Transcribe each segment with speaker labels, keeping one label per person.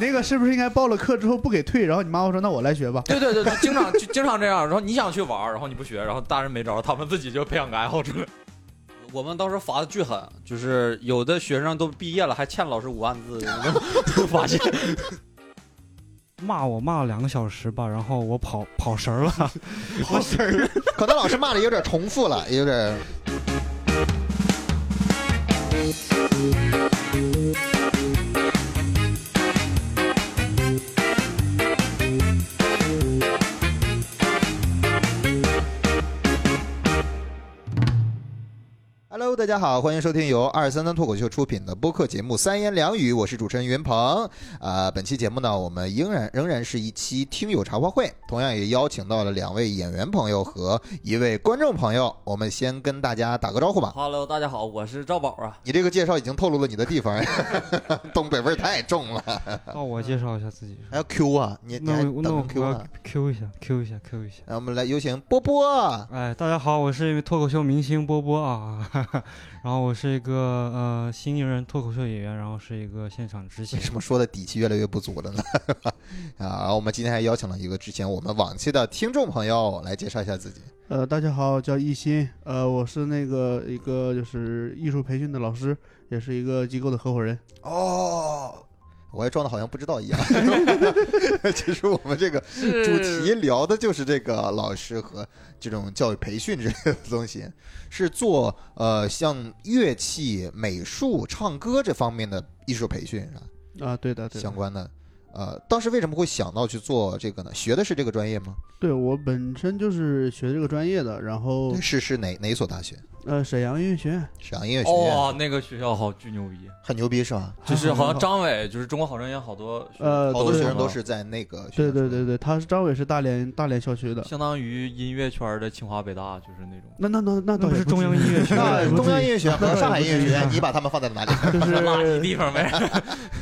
Speaker 1: 这个是不是应该报了课之后不给退？然后你妈妈说那我来学吧。
Speaker 2: 对对对，就经常就经常这样。然后你想去玩儿，然后你不学，然后大人没招儿，他们自己就培养个爱好出来。
Speaker 3: 我们当时罚的巨狠，就是有的学生都毕业了还欠老师五万字，你能发现？
Speaker 4: 骂我骂了两个小时吧，然后我跑跑神儿 了。
Speaker 1: 好事儿，
Speaker 5: 可能老师骂的有点重复 了，有点。Hello，大家好，欢迎收听由二三三脱口秀出品的播客节目《三言两语》，我是主持人云鹏。啊、本期节目呢，我们仍然仍然是一期听友茶话会，同样也邀请到了两位演员朋友和一位观众朋友。我们先跟大家打个招呼吧。
Speaker 3: Hello，大家好，我是赵宝啊。
Speaker 5: 你这个介绍已经透露了你的地方， 东北味儿太重了。
Speaker 4: 那我介绍一下自己，
Speaker 5: 还要 Q 啊，你你
Speaker 4: 那
Speaker 5: 还
Speaker 4: 我
Speaker 5: 等
Speaker 4: 那
Speaker 5: 着
Speaker 4: 我
Speaker 5: Q
Speaker 4: 我
Speaker 5: 啊
Speaker 4: 要？Q 一下，Q 一下，Q 一下。
Speaker 5: 那我们来有请波波。
Speaker 4: 哎，大家好，我是一位脱口秀明星波波啊， 然后我是一个呃新艺人脱口秀演员，然后是一个现场执行
Speaker 5: 为。什么说的底气越来越不足了呢？ 啊，我们今天还邀请了一个之前我们往期的听众朋友来介绍一下自己。
Speaker 1: 呃，大家好，叫艺鑫，呃，我是那个一个就是艺术培训的老师，也是一个机构的合伙人。
Speaker 5: 哦，我也装的好像不知道一样。 其实我们这个主题聊的就是这个老师和这种教育培训之类的东西，是做呃像乐器、美术、唱歌这方面的艺术培训啊
Speaker 1: 啊，对的，对的
Speaker 5: 相。关的。呃，当时为什么会想到去做这个呢？学的是这个专业吗？
Speaker 1: 对我本身就是学这个专业的，然后
Speaker 5: 是是哪哪所大学？
Speaker 1: 呃，沈阳音乐学院。
Speaker 5: 沈阳音乐学院，
Speaker 2: 哦，那个学校好巨牛逼，
Speaker 5: 很牛逼是吧？
Speaker 2: 就是好像张伟，就是中国好声音好多学
Speaker 1: 呃
Speaker 5: 好多
Speaker 1: 对
Speaker 5: 学生都是在那个学
Speaker 1: 对对
Speaker 5: 校出来
Speaker 1: 对
Speaker 5: 的
Speaker 1: 对，他是张伟是大连大连校区的。
Speaker 2: 相当于音乐圈的清华北大，就是那种。
Speaker 1: 那那那那倒
Speaker 4: 那不
Speaker 1: 也
Speaker 4: 是
Speaker 1: 至
Speaker 4: 中央
Speaker 1: 于
Speaker 4: 音乐学
Speaker 1: 那
Speaker 4: 院
Speaker 1: 也
Speaker 5: 那
Speaker 1: 不
Speaker 5: 中央
Speaker 1: 至于
Speaker 5: 音乐学院和上海音乐学院，你把他们放在哪里？
Speaker 1: 就是
Speaker 2: 地方呗，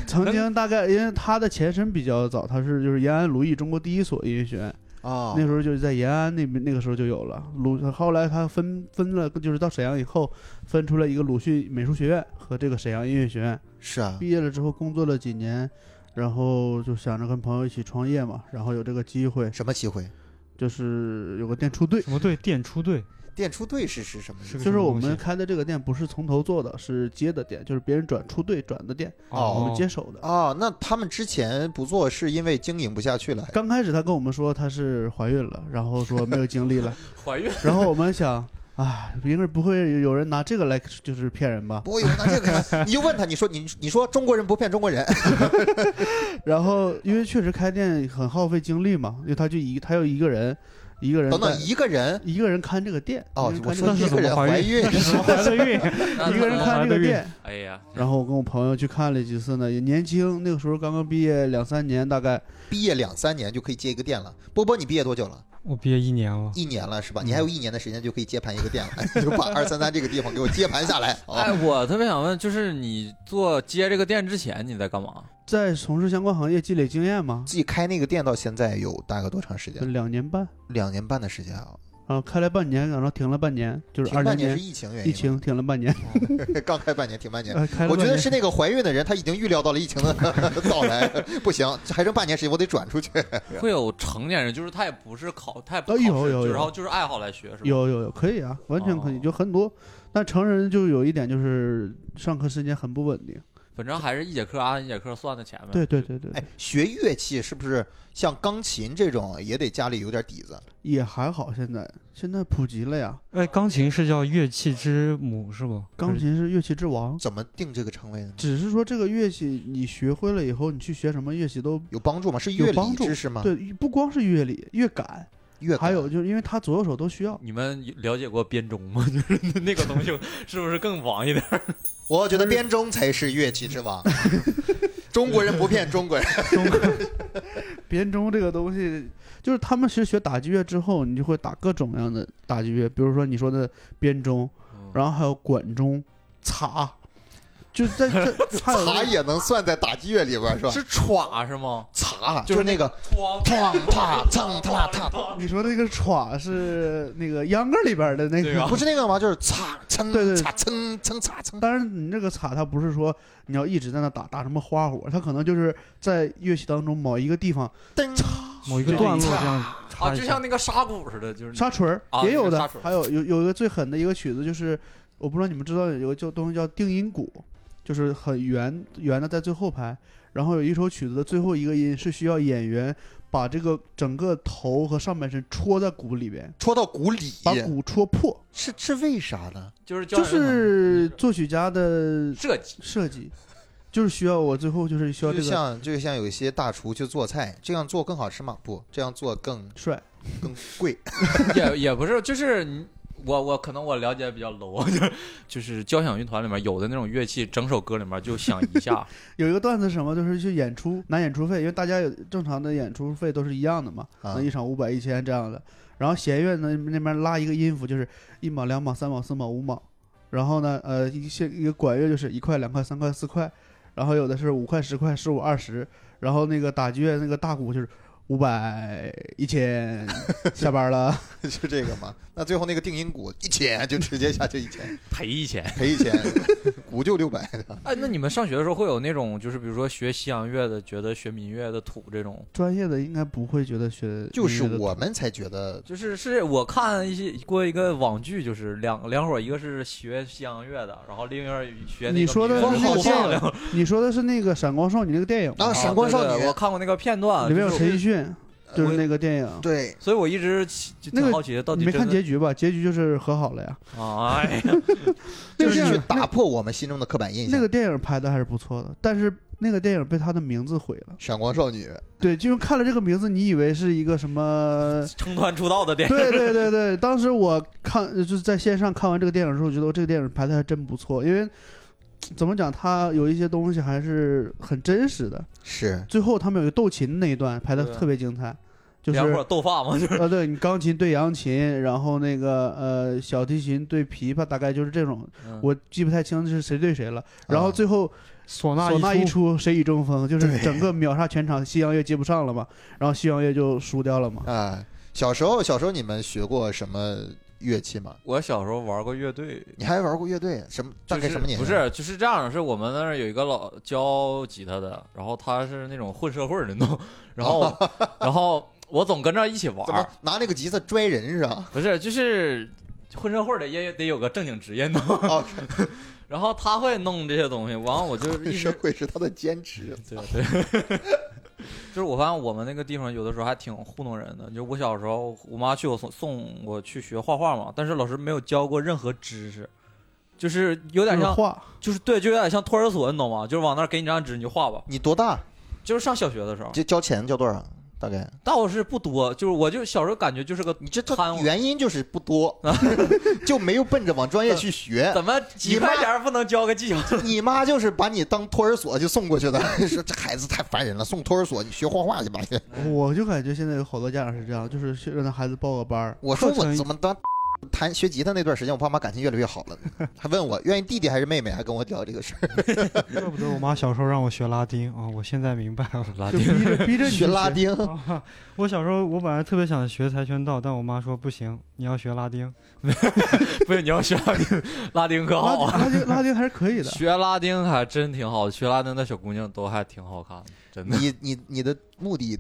Speaker 1: 曾经大概，因为他的前身比较早，他是就是延安鲁艺中国第一所音乐学院，
Speaker 5: 哦
Speaker 1: 那时候就是在延安那边，那个时候就有了。鲁后来他分分了，就是到沈阳以后，分出了一个鲁迅美术学院和这个沈阳音乐学院。
Speaker 4: 嗯
Speaker 5: 是啊，
Speaker 1: 毕业了之后工作了几年，然后就想着跟朋友一起创业嘛，然后有这个机会，
Speaker 5: 什么机会？
Speaker 1: 就是有个店出队。
Speaker 4: 什么队？电出队
Speaker 5: 电出队是是什么意
Speaker 4: 是
Speaker 5: 思？
Speaker 1: 就
Speaker 4: 个什
Speaker 1: 是
Speaker 4: 么
Speaker 1: 我
Speaker 4: 东
Speaker 1: 们
Speaker 4: 西
Speaker 1: 开的这个店不是从头做的，是接的店，就是别人转出队转的店，
Speaker 4: 啊
Speaker 1: 我们接手的。
Speaker 5: 哦，那他们之前不做是因为经营不下 去了，
Speaker 1: 刚开始她跟我们说她是怀孕了，然后说没有精力了，
Speaker 2: 怀 孕
Speaker 1: 然后我们想，哎，应该不会有人拿这个来就是骗人吧？
Speaker 5: 不会有人拿 这个，你就问他，你说你你说中国人不骗中国人，
Speaker 1: 然后因为确实开店很耗费精力嘛，因为她就一她要一个人，一个人
Speaker 5: 等等
Speaker 1: 在
Speaker 5: 一个人
Speaker 1: 一个人看这个店，
Speaker 5: 哦
Speaker 1: 一个人，
Speaker 5: 我
Speaker 1: 看这
Speaker 5: 说
Speaker 1: 个店，
Speaker 5: 一个人怀孕，
Speaker 4: 怀孕，
Speaker 1: 一个人看这个店。
Speaker 2: 啊哎呀，
Speaker 1: 然后我跟我朋友去看了几次呢，也年轻，那个时候刚刚毕业两三年，大概
Speaker 5: 毕业两三年就可以接一个店了。波波，你毕业多久了？
Speaker 4: 我毕业一年了。
Speaker 5: 一年了是
Speaker 1: 嗯
Speaker 5: 吧？你还有一年的时间就可以接盘一个店了， 你就把二三三这个地方给我接盘下来。
Speaker 2: 哎
Speaker 5: 哦，，
Speaker 2: 我特别想问，就是你做接这个店之前你在干嘛？
Speaker 1: 在从事相关行业积累经验嘛，
Speaker 5: 自己开那个店到现在有大概多长时间？
Speaker 1: 两年半，
Speaker 5: 两年半的时间啊。
Speaker 1: 然后开了半年，然后停了半年，就是二
Speaker 5: 停半
Speaker 1: 零
Speaker 5: 年是疫情原因
Speaker 1: 疫
Speaker 5: 吗，
Speaker 1: 情停了半年，
Speaker 5: 刚 开半年停半年。
Speaker 1: 呃，开了
Speaker 5: 我
Speaker 1: 半
Speaker 5: 觉
Speaker 1: 年
Speaker 5: 得是那个怀孕的人，她已经预料到了疫情的 到来，不行，还剩半年时间，我得转出去。
Speaker 2: 会有成年人，就是他也不是考，他也不
Speaker 1: 呃
Speaker 2: 考试，
Speaker 1: 有有
Speaker 2: 就
Speaker 1: 有
Speaker 2: 然后就是爱好来学，是吧？
Speaker 1: 有有有，可以啊，完全可以，
Speaker 2: 哦
Speaker 1: 就很多。但成人就有一点就是上课时间很不稳定。
Speaker 2: 反正还是一节课按一节课算的钱呗。
Speaker 1: 对对对对，
Speaker 5: 哎，学乐器是不是像钢琴这种也得家里有点底子？
Speaker 1: 也还好。现在现在普及了呀，
Speaker 4: 哎，钢琴是叫乐器之母是不？
Speaker 1: 钢琴是乐器之王，
Speaker 5: 怎么定这个称谓呢？
Speaker 1: 只是说这个乐器你学会了以后，你去学什么乐器都。
Speaker 5: 有帮助吗？是乐
Speaker 1: 有帮
Speaker 5: 理
Speaker 1: 助
Speaker 5: 知识吗？
Speaker 1: 对，不光是乐理、乐感，
Speaker 5: 乐感
Speaker 1: 还有就是因为他左右手都需要。
Speaker 2: 你们了解过编钟吗？ 就是那个东西是不是更王一点？
Speaker 5: 我觉得编钟才是乐器之 王。中国人不骗中国人，
Speaker 1: 编钟这个东西，就是他们是学打击乐之后，你就会打各种各样的打击乐，比如说你说的编钟，
Speaker 2: 嗯
Speaker 1: 然后还有管钟、镲， 就是在这还有那个
Speaker 5: 茶也能算在打击乐里边是吧？
Speaker 2: 是歘是吗？
Speaker 5: 茶砸了，
Speaker 2: 就
Speaker 5: 就是是那个
Speaker 2: 哐
Speaker 5: 哐啪蹭啪嗒，
Speaker 1: 你说那个 歘是那个秧歌里边的那
Speaker 2: 对
Speaker 1: 个
Speaker 2: 啊，
Speaker 5: 不是那个吗？就是擦蹭
Speaker 1: 对对
Speaker 5: 擦蹭蹭擦蹭，
Speaker 1: 当然你这个擦它不是说你要一直在那打打什么花火，它可能就是在乐器当中某一个地方
Speaker 5: 噔
Speaker 4: 某一个
Speaker 1: 对
Speaker 4: 段落
Speaker 5: 擦
Speaker 4: 这样插
Speaker 2: 啊，
Speaker 4: 一
Speaker 2: 就
Speaker 4: 下
Speaker 2: 像那个沙鼓似的，就是
Speaker 1: 沙锤儿
Speaker 2: 啊
Speaker 1: 也有
Speaker 2: 那个
Speaker 1: 的
Speaker 2: 沙锤，儿
Speaker 1: 还有有有一个最狠的一个曲子就是，我不知道你们知道有个叫东西叫定音鼓，就是很圆圆的在最后排，然后有一首曲子的最后一个音是需要演员把这个整个头和上半身戳在鼓里边，
Speaker 5: 戳到骨里，
Speaker 1: 把鼓戳破，
Speaker 5: 是是为啥呢？
Speaker 2: 就是叫
Speaker 1: 就
Speaker 2: 人
Speaker 1: 是作曲家的
Speaker 2: 设计，
Speaker 1: 设计，就是需要我最后就是需要
Speaker 5: 就
Speaker 1: 这个
Speaker 5: 像就像有一些大厨去做菜，这样做更好吃吗？不，这样做更
Speaker 1: 帅，
Speaker 5: 更贵。
Speaker 2: 也也不是，就是你我我可能我了解比较 low，就是 就是交响乐团里面有的那种乐器，整首歌里面就响 一下，
Speaker 1: 有一个段子是什么，就是去演出拿演出费，因为大家有正常的演出费都是一样的嘛，可
Speaker 5: 啊
Speaker 1: 能一场五百一千这样的。然后弦乐呢那边拉一个音符就是一毛两毛三毛四毛五毛，然后呢呃一些一个管乐就是一块两块三块四块，然后有的是五块十块十五二十，然后那个打击乐那个大鼓就是五百一 千，下班了。
Speaker 5: 就这个嘛。那最后那个定音鼓一千就直接下去一千，
Speaker 2: 赔一千。
Speaker 5: 赔一千，鼓就六百。
Speaker 2: 哎，那你们上学的时候会有那种，就是比如说学西洋乐的，觉得学民乐的土这种，
Speaker 1: 专业的应该不会觉得学
Speaker 5: 就是
Speaker 1: 音乐的
Speaker 5: 我们才觉得
Speaker 2: 就是是我看一些过一个网剧，就是两两伙，一个是学西洋乐的，然后另一个学那个
Speaker 1: 你说的
Speaker 2: 民乐
Speaker 1: 是那
Speaker 5: 光
Speaker 1: 个
Speaker 5: 好
Speaker 1: 电
Speaker 5: 放
Speaker 1: 影，你说的是那个《闪光少女》那个电影吗，
Speaker 5: 啊，闪光少
Speaker 2: 对对
Speaker 5: 女
Speaker 2: 我看过那个片段，
Speaker 1: 里面有
Speaker 2: 啊就是
Speaker 1: 陈奕迅，就是
Speaker 2: 我
Speaker 1: 那个电影。
Speaker 5: 对，
Speaker 2: 所以我一直奇就
Speaker 1: 那
Speaker 2: 挺
Speaker 1: 个
Speaker 2: 好奇的，到底
Speaker 1: 你没看
Speaker 2: 真的
Speaker 1: 结局吧？结局就是和好了呀。
Speaker 2: 啊？哎 呀，
Speaker 1: 那
Speaker 5: 就
Speaker 1: 个
Speaker 5: 是
Speaker 1: 电
Speaker 5: 去
Speaker 1: 影
Speaker 5: 打破我们心中的刻板印
Speaker 1: 那
Speaker 5: 象。
Speaker 1: 个电影拍的还是不错的，但是那个电影被他的名字毁了。
Speaker 5: 闪光少女，
Speaker 1: 对，就是看了这个名字，你以为是一个什 么？
Speaker 2: 成团出道的电影，
Speaker 1: 对对对对，当时我看就是在线上看完这个电影之后，我觉得我这个电影拍的还真不错，因为怎么讲，它有一些东西还是很真实的。
Speaker 5: 是
Speaker 1: 最后他们有一个斗琴那一段拍的
Speaker 2: 对
Speaker 1: 特别精彩，就是
Speaker 2: 两伙斗发嘛，就是
Speaker 1: 呃，对你钢琴对扬琴，然后那个呃小提琴对琵琶，大概就是这种，我记不太清是谁对谁了。然后
Speaker 5: 嗯啊
Speaker 1: 最后
Speaker 4: 唢呐
Speaker 1: 唢呐一
Speaker 4: 出，
Speaker 1: 出，谁与争锋，就是
Speaker 5: 对
Speaker 1: 整个秒杀全场，西洋乐接不上了嘛，然后西洋乐就输掉了嘛。
Speaker 5: 啊，小时候小时候你们学过什么乐器吗？
Speaker 2: 我小时候玩过乐队，
Speaker 5: 你还玩过乐队？什么？大
Speaker 2: 就
Speaker 5: 概
Speaker 2: 是
Speaker 5: 什么年？啊
Speaker 2: 不，是，就是这样，是我们那儿有一个老教吉他的，然后他是那种混社会的那种，然 后然后我总跟着一起玩
Speaker 5: 怎
Speaker 2: 儿
Speaker 5: 么，拿那个吉他拽人是吧？
Speaker 2: 不是，就是混社会的也得有个正经职业弄，
Speaker 5: 哦，
Speaker 2: 然后他会弄这些东西，完了我就一
Speaker 5: 社
Speaker 2: 直
Speaker 5: 会是他的坚持。
Speaker 2: 对对。就是我发现我们那个地方有的时候还挺糊弄人的。就是我小时候，我妈去我送送我去学画画嘛，但是老师没有教过任何知识，就是有点
Speaker 1: 就是
Speaker 2: 像，
Speaker 1: 画，
Speaker 2: 就是对，就有点像托儿所，你懂吗？就是往那儿给你张纸你就画吧。
Speaker 5: 你多大？
Speaker 2: 就是上小学的时候，
Speaker 5: 这交钱交多少？大概？
Speaker 2: 倒是不多，就是我就小时候感觉 就是个
Speaker 5: 你这
Speaker 2: 贪污
Speaker 5: 原因就是不 多，就没有奔着往专业去学。
Speaker 2: 怎么几块钱儿不能交个技巧？
Speaker 5: 你妈就是把你当托儿所就送过去的， 说这孩子太烦人了，送托儿所你学画画 去吧。
Speaker 1: 我就感觉现在有好多家长是这样，就是去让他孩子报个班儿，
Speaker 5: 我说
Speaker 4: 课
Speaker 5: 我
Speaker 4: 程
Speaker 5: 怎么当弹学吉他那段时间，我爸妈感情越来越好了， 还问我愿意弟弟还是妹妹，还跟我聊这个事儿。
Speaker 4: 怪不得我妈小时候让我学拉丁啊、我现在明白了。
Speaker 2: 拉
Speaker 1: 就逼着逼着你去
Speaker 5: 学 拉。丁，
Speaker 4: 啊 我小时候我本来特别想学跆拳道，但我妈说不行，你要学拉丁。
Speaker 2: 不是你要学拉丁，拉丁可
Speaker 1: 拉丁
Speaker 2: 好啊。
Speaker 1: 拉丁拉丁还是可以的，
Speaker 2: 学拉丁还真挺好，学拉丁的小姑娘都还挺好看的，真 的。
Speaker 5: 你你你的目的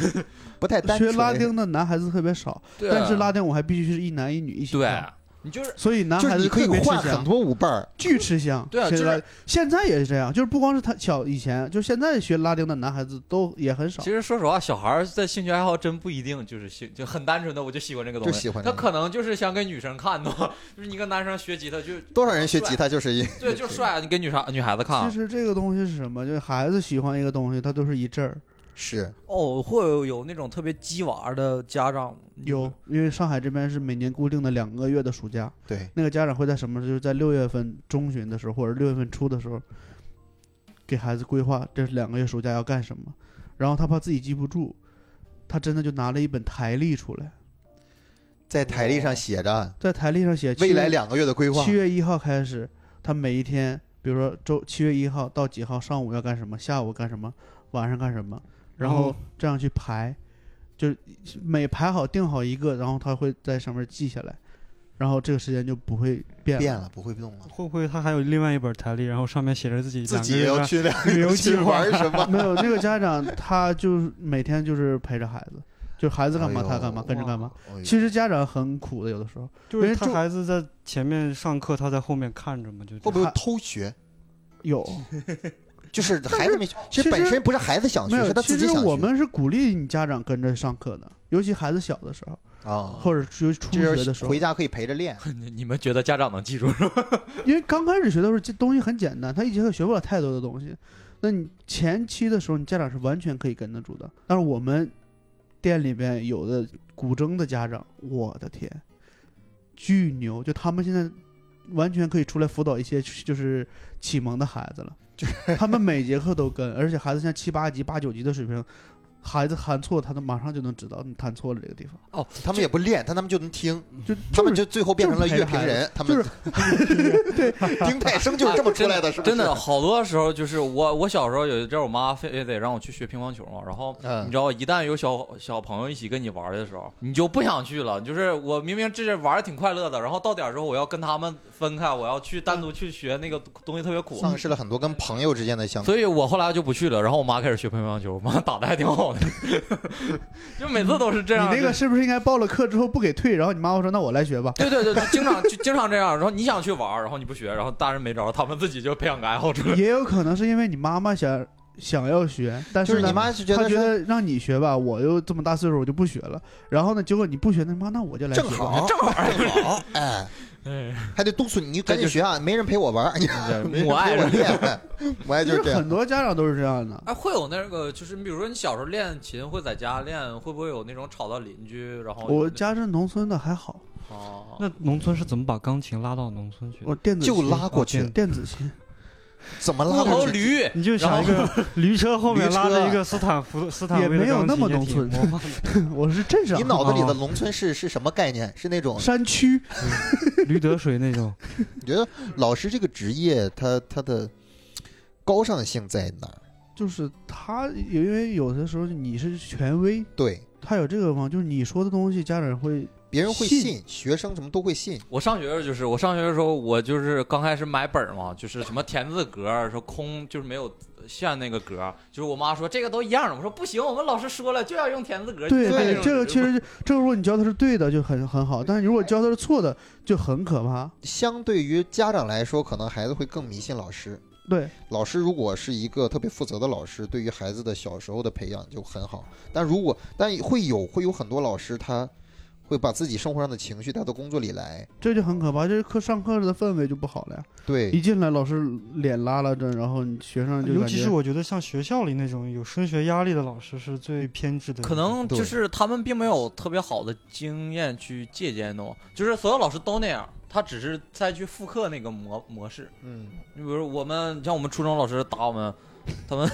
Speaker 5: 不太单
Speaker 1: 学
Speaker 5: 纯。啊
Speaker 1: 拉丁的男孩子特别少，但是拉丁舞还必须是一男一女一起
Speaker 2: 对
Speaker 1: 跳，，
Speaker 2: 啊你就是
Speaker 1: 所以男
Speaker 5: 就是
Speaker 1: 孩
Speaker 5: 你
Speaker 1: 子
Speaker 5: 可以
Speaker 1: 特别吃
Speaker 5: 换很
Speaker 1: 香，
Speaker 5: 多舞伴儿，
Speaker 1: 巨吃香。
Speaker 2: 对啊
Speaker 1: 学
Speaker 2: 就是
Speaker 1: 拉现在也是这样，就是不光是他小以前，就现在学拉丁的男孩子都也很少
Speaker 2: 其。实说实话，小孩儿在兴趣爱好真不一定就是兴，就很单纯的我就喜欢这个东
Speaker 5: 就
Speaker 2: 西。
Speaker 5: 喜欢这
Speaker 2: 他
Speaker 5: 个。
Speaker 2: 可能就是想给女生看 的，就是你跟男生学吉他就
Speaker 5: 多少人学吉他就是一
Speaker 2: 对，就帅，你给女生女孩子看
Speaker 1: 其。实这个东西是什么？就是孩子喜欢一个东西，他都是一阵儿。
Speaker 5: 是
Speaker 2: 哦，会有有那种特别鸡娃的家长嗯
Speaker 1: 有，因为上海这边是每年固定的两个月的暑假，
Speaker 5: 对，
Speaker 1: 那个家长会在什么时候？就是在六月份中旬的时候，或者六月份初的时候，给孩子规划这两个月暑假要干什么。然后他怕自己记不住，他真的就拿了一本台历出来，
Speaker 5: 在台历上写着
Speaker 1: 在台历上写
Speaker 5: 未来两个月的规划
Speaker 1: 七。月一号开始，他每一天，比如说周七月一号到几号上午要干什么，下午干什么，晚上干什么，然
Speaker 5: 哦
Speaker 1: 后这样去排，就是每排好定好一个，然后他会在上面记下来，然后这个时间就不会变
Speaker 5: 变了，不会动了，
Speaker 4: 会不会他还有另外一本台历，然后上面写着自己
Speaker 5: 自
Speaker 4: 两个
Speaker 5: 己也
Speaker 4: 人
Speaker 5: 要
Speaker 4: 啊
Speaker 5: 去两个
Speaker 4: 旅游
Speaker 5: 人
Speaker 4: 计
Speaker 5: 去
Speaker 4: 划
Speaker 5: 玩什么？
Speaker 1: 没有那个家长，他就是每天就是陪着孩子，就孩子干嘛
Speaker 5: 哎呦
Speaker 1: 他干嘛，跟着干嘛。
Speaker 5: 哎呦
Speaker 1: 其实家长很苦的，有的时候
Speaker 4: 就
Speaker 1: 因
Speaker 4: 是
Speaker 1: 为
Speaker 4: 他
Speaker 1: 中
Speaker 4: 孩子在前面上课，他在后面看着嘛，就
Speaker 5: 会不会
Speaker 1: 还
Speaker 5: 偷学？
Speaker 1: 有，
Speaker 5: 哦就是孩子没学，其
Speaker 1: 其
Speaker 5: 实
Speaker 1: 实
Speaker 5: 本身不是孩子想学，
Speaker 1: 没有
Speaker 5: 是？他
Speaker 1: 其
Speaker 5: 自己
Speaker 1: 实
Speaker 5: 想
Speaker 1: 我
Speaker 5: 学
Speaker 1: 们是鼓励你家长跟着上课的，尤其孩子小的时候，
Speaker 5: 啊。
Speaker 1: 或者尤其初
Speaker 5: 这
Speaker 1: 学
Speaker 5: 时
Speaker 1: 的
Speaker 5: 候
Speaker 1: 时候
Speaker 5: 回，家可以陪着练，
Speaker 2: 你你们觉得家长能记住是吧？
Speaker 1: 因为刚开始学的时候，这东西很简单，他一节课学不了太多的东西。那你前期的时候，你家长是完全可以跟得住的。但是我们店里边有的古筝的家长，我的天，巨牛！就他们现在完全可以出来辅导一些就是启蒙的孩子了，他们每节课都跟，而且孩子像七八级、八九级的水平，孩子弹错，他都马上就能知道你弹错了这个地方。
Speaker 2: 哦
Speaker 5: 他们也不练，但他们就能听，
Speaker 1: 就
Speaker 5: 他们
Speaker 1: 就是
Speaker 5: 就最后变成了乐评人，他
Speaker 1: 就
Speaker 5: 们
Speaker 1: 是
Speaker 5: 丁太生就是这么出来的，是不是？
Speaker 2: 啊真的，好多时候就是我，我小时候有一阵儿，我妈非也得让我去学乒乓球嘛。然后
Speaker 5: 嗯
Speaker 2: 你知道，一旦有小小朋友一起跟你玩儿的时候，你就不想去了。就是我明明这阵玩的挺快乐的，然后到点儿之后我要跟他们分开，我要去单独去学那个东西，特别苦。
Speaker 5: 丧失了很多跟朋友之间的相处。
Speaker 2: 所以我后来就不去了。然后我妈开始学乒乓球，我妈打的还挺好的， 就每次都是这样。
Speaker 1: 你那
Speaker 2: 就
Speaker 1: 个是不是应该报了课之后不给退？然后你妈妈说：“那我来学吧。”
Speaker 2: 对对对，就经常就经常这样。然后你想去玩儿，然后你不学，然后大人没招儿，他们自己就培养个爱好出来。
Speaker 1: 也有可能是因为你妈妈想想要学，但
Speaker 5: 就是
Speaker 1: 呢
Speaker 5: 你妈是觉
Speaker 1: 她
Speaker 5: 得
Speaker 1: 觉
Speaker 5: 说
Speaker 1: 得让你学吧，我又这么大岁数，我就不学了。然后呢，结果你不学，那妈那我就来学
Speaker 5: 正
Speaker 1: 吧。
Speaker 5: 好啊正好正 好，哎，还得督促你，你赶紧学啊，没人陪我玩儿，没人
Speaker 2: 母爱
Speaker 5: 陪我练， 母爱
Speaker 1: 其
Speaker 5: 就
Speaker 1: 实
Speaker 5: 是这样
Speaker 1: 很。多家长哎都是这样的。
Speaker 2: 哎，会有那个，就是你比如说你小时候练琴会在家练，会不会有那种吵到邻居，然后
Speaker 1: 我家是农村的，还好，
Speaker 2: 哦，
Speaker 4: 那农村是怎么把钢琴拉到农村去的？
Speaker 1: 我电子
Speaker 5: 就
Speaker 1: 琴哦
Speaker 5: 拉过
Speaker 1: 电
Speaker 5: 去，
Speaker 1: 电子琴，
Speaker 5: 怎么
Speaker 2: 木
Speaker 5: 拉
Speaker 2: 头
Speaker 5: 过去？
Speaker 2: 哦驴，
Speaker 4: 你就想一个驴车后面
Speaker 5: 驴
Speaker 4: 拉
Speaker 5: 车
Speaker 4: 着一个斯坦福斯坦
Speaker 1: 也
Speaker 4: 威的
Speaker 1: 没有
Speaker 4: 钢
Speaker 1: 那
Speaker 4: 琴
Speaker 1: 么
Speaker 4: 也
Speaker 1: 农
Speaker 4: 挺
Speaker 1: 村
Speaker 4: 魔幻
Speaker 1: 我是镇上
Speaker 5: 你
Speaker 1: 的
Speaker 5: 脑子里的农村是是什么概念？啊是那种
Speaker 1: 山区，
Speaker 4: 的驴得水那 种。
Speaker 5: 你觉得老师这个职业，他他的高尚性在哪儿？
Speaker 1: 就是他，因为有的时候你是权威，
Speaker 5: 对，
Speaker 1: 他有这个方，就是你说的东西，家长会
Speaker 5: 别人会
Speaker 1: 信
Speaker 5: 信，学生什么都会信。
Speaker 2: 我上学的时候就是，我上学的时候，我就是刚开始买本儿嘛，就是什么田字格儿，说空就是没有线那个格儿，就是我妈说这个都一样的，我说不行，我们老师说了就要用田字格儿。
Speaker 1: 对
Speaker 2: 就得
Speaker 5: 对
Speaker 2: 用
Speaker 1: 这个其实这个如果你教他是对的就很很好，但是如果教他是错的就很可怕。
Speaker 5: 相对于家长来说，可能孩子会更迷信老师。
Speaker 1: 对，
Speaker 5: 老师如果是一个特别负责的老师，对于孩子的小时候的培养就很好。但如果但会有会有很多老师，他会把自己生活上的情绪带到工作里来。
Speaker 1: 这就很可怕，这课上课的氛围就不好了呀。一
Speaker 5: 对，
Speaker 1: 进来老师脸拉拉着，然后你学生就
Speaker 4: 尤
Speaker 1: 感
Speaker 4: 其
Speaker 1: 觉
Speaker 4: 是我觉得像学校里那种有升学压力的老师是最偏执的一种，
Speaker 2: 可能就是他们并没有特别好的经验去借鉴的嘛，就是所有老师都那样，他只是再去复刻那个模模式。
Speaker 5: 嗯，
Speaker 2: 你比如我们，像我们初中老师打我们，他们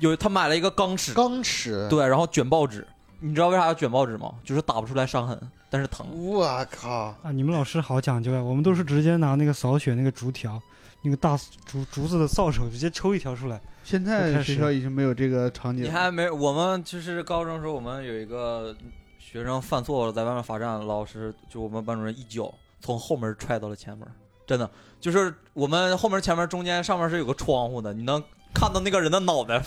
Speaker 2: 有他买了一个钢尺，
Speaker 5: 钢尺，
Speaker 2: 对，然后卷报纸。你知道为啥要卷报纸吗？就是打不出来伤痕，但是疼。
Speaker 5: 我靠，
Speaker 4: 啊，你们老师好讲究啊，我们都是直接拿那个扫雪那个竹条，那个大竹竹子的扫帚，直接抽一条出来。
Speaker 1: 现在
Speaker 4: 开
Speaker 1: 学
Speaker 4: 始
Speaker 1: 校已经没有这个场景
Speaker 2: 你
Speaker 1: 了。
Speaker 2: 还没，我们就是高中时候，我们有一个学生犯错了，在外面罚站，老师就我们班主任一脚从后门踹到了前门，真的就是我们后门前门中间上面是有个窗户的，你能看到那个人的脑袋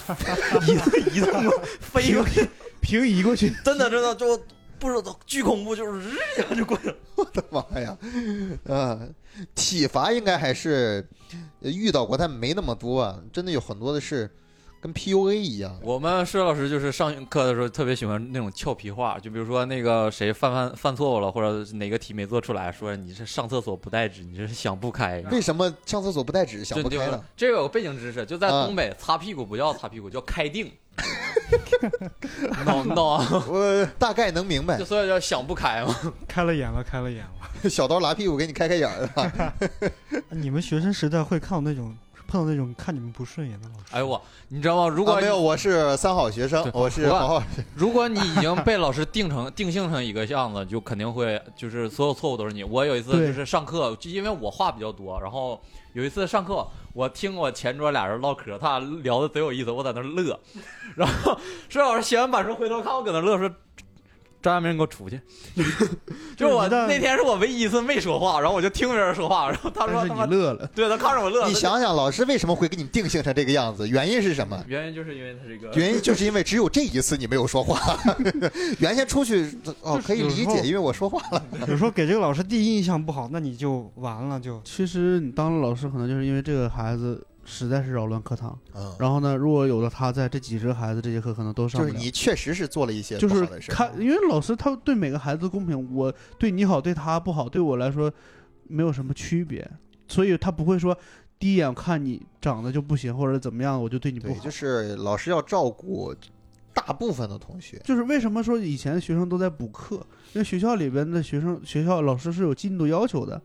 Speaker 2: 一一动 飞过去，
Speaker 1: 平移过去，
Speaker 2: 真的真的就不知道巨恐怖，就是日一下就过去了。
Speaker 5: 妈呀，啊， 体罚应该还是呃遇到过，但没那么多啊。真的有很多的是跟 PUA 一样，
Speaker 2: 我们数学老师就是上课的时候特别喜欢那种俏皮话，就比如说那个谁犯犯犯错误了，或者哪个题没做出来，说你是上厕所不带纸，你这是想不开。
Speaker 5: 为什么上厕所不带纸想
Speaker 2: 就
Speaker 5: 不
Speaker 2: 就
Speaker 5: 开
Speaker 2: 是
Speaker 5: 嗯了？
Speaker 2: 这个有背景知识，就在
Speaker 5: 啊
Speaker 2: 东北，擦屁股不叫擦屁股，叫开 腚。懂不懂啊？
Speaker 5: 我大概能明白
Speaker 2: 就，所以叫想不开嘛。
Speaker 4: 开了眼了，开 了眼了。
Speaker 5: 小刀拉屁股给你开开眼儿啊。
Speaker 4: 你们学生时代会看到那种碰到那种看你们不顺眼的老师。
Speaker 2: 哎呦我，你知道吗？如
Speaker 5: 如
Speaker 2: 果
Speaker 5: 啊没有，我是三好学生
Speaker 2: 对，
Speaker 5: 我是
Speaker 2: 我
Speaker 5: 好好
Speaker 2: 如果你已经被老师定成 定性成一个样子，就肯定会就是所有错误都是你。我有一次
Speaker 1: 对
Speaker 2: 就是上课，就因为我话比较多，然后有一次上课，我听我前桌俩人唠嗑，他俩聊的贼有意思，我在那儿乐，然后说老师写完板书回头看我搁那儿乐，说张亚明你给我出去。 就是我
Speaker 1: 你的
Speaker 2: 那天是我唯一一次没说话，然后我就听别人说话，然后他
Speaker 1: 但
Speaker 2: 说
Speaker 1: 是
Speaker 2: 他
Speaker 1: 你
Speaker 2: 妈
Speaker 1: 乐了，
Speaker 2: 对他看着我乐，
Speaker 5: 你
Speaker 2: 他
Speaker 5: 想想，老师为什么会给你定性成这个样子？原因是什么？
Speaker 2: 原因就是因为他这个
Speaker 5: 原因就是因为只有这一次你没有说话， 原先出去哦
Speaker 4: 就是
Speaker 5: 可以理
Speaker 4: 有时
Speaker 5: 解，
Speaker 4: 候
Speaker 5: 因为我说话了。
Speaker 4: 有时候给这个老师第一印象不好，那你就完了，就
Speaker 1: 其实你当了老师，可能就是因为这个孩子实在是扰乱课堂。
Speaker 5: 嗯，
Speaker 1: 然后呢，如果有了他在，这几十个孩子这节课可能都上
Speaker 5: 就
Speaker 1: 不
Speaker 5: 是
Speaker 1: 了。
Speaker 5: 你确实是做了一些
Speaker 1: 就
Speaker 5: 不
Speaker 1: 是
Speaker 5: 好的事儿。啊
Speaker 1: 看，因为老师他对每个孩子公平，我对你好，对他不好，对我来说没有什么区别，所以他不会说第一眼看你长得就不行或者怎么样，我就对你不
Speaker 5: 对，
Speaker 1: 好。
Speaker 5: 就是老师要照顾大部分的同学。
Speaker 1: 就是为什么说以前学生都在补课，因为学校里边的学生，学校老师是有进度要求的，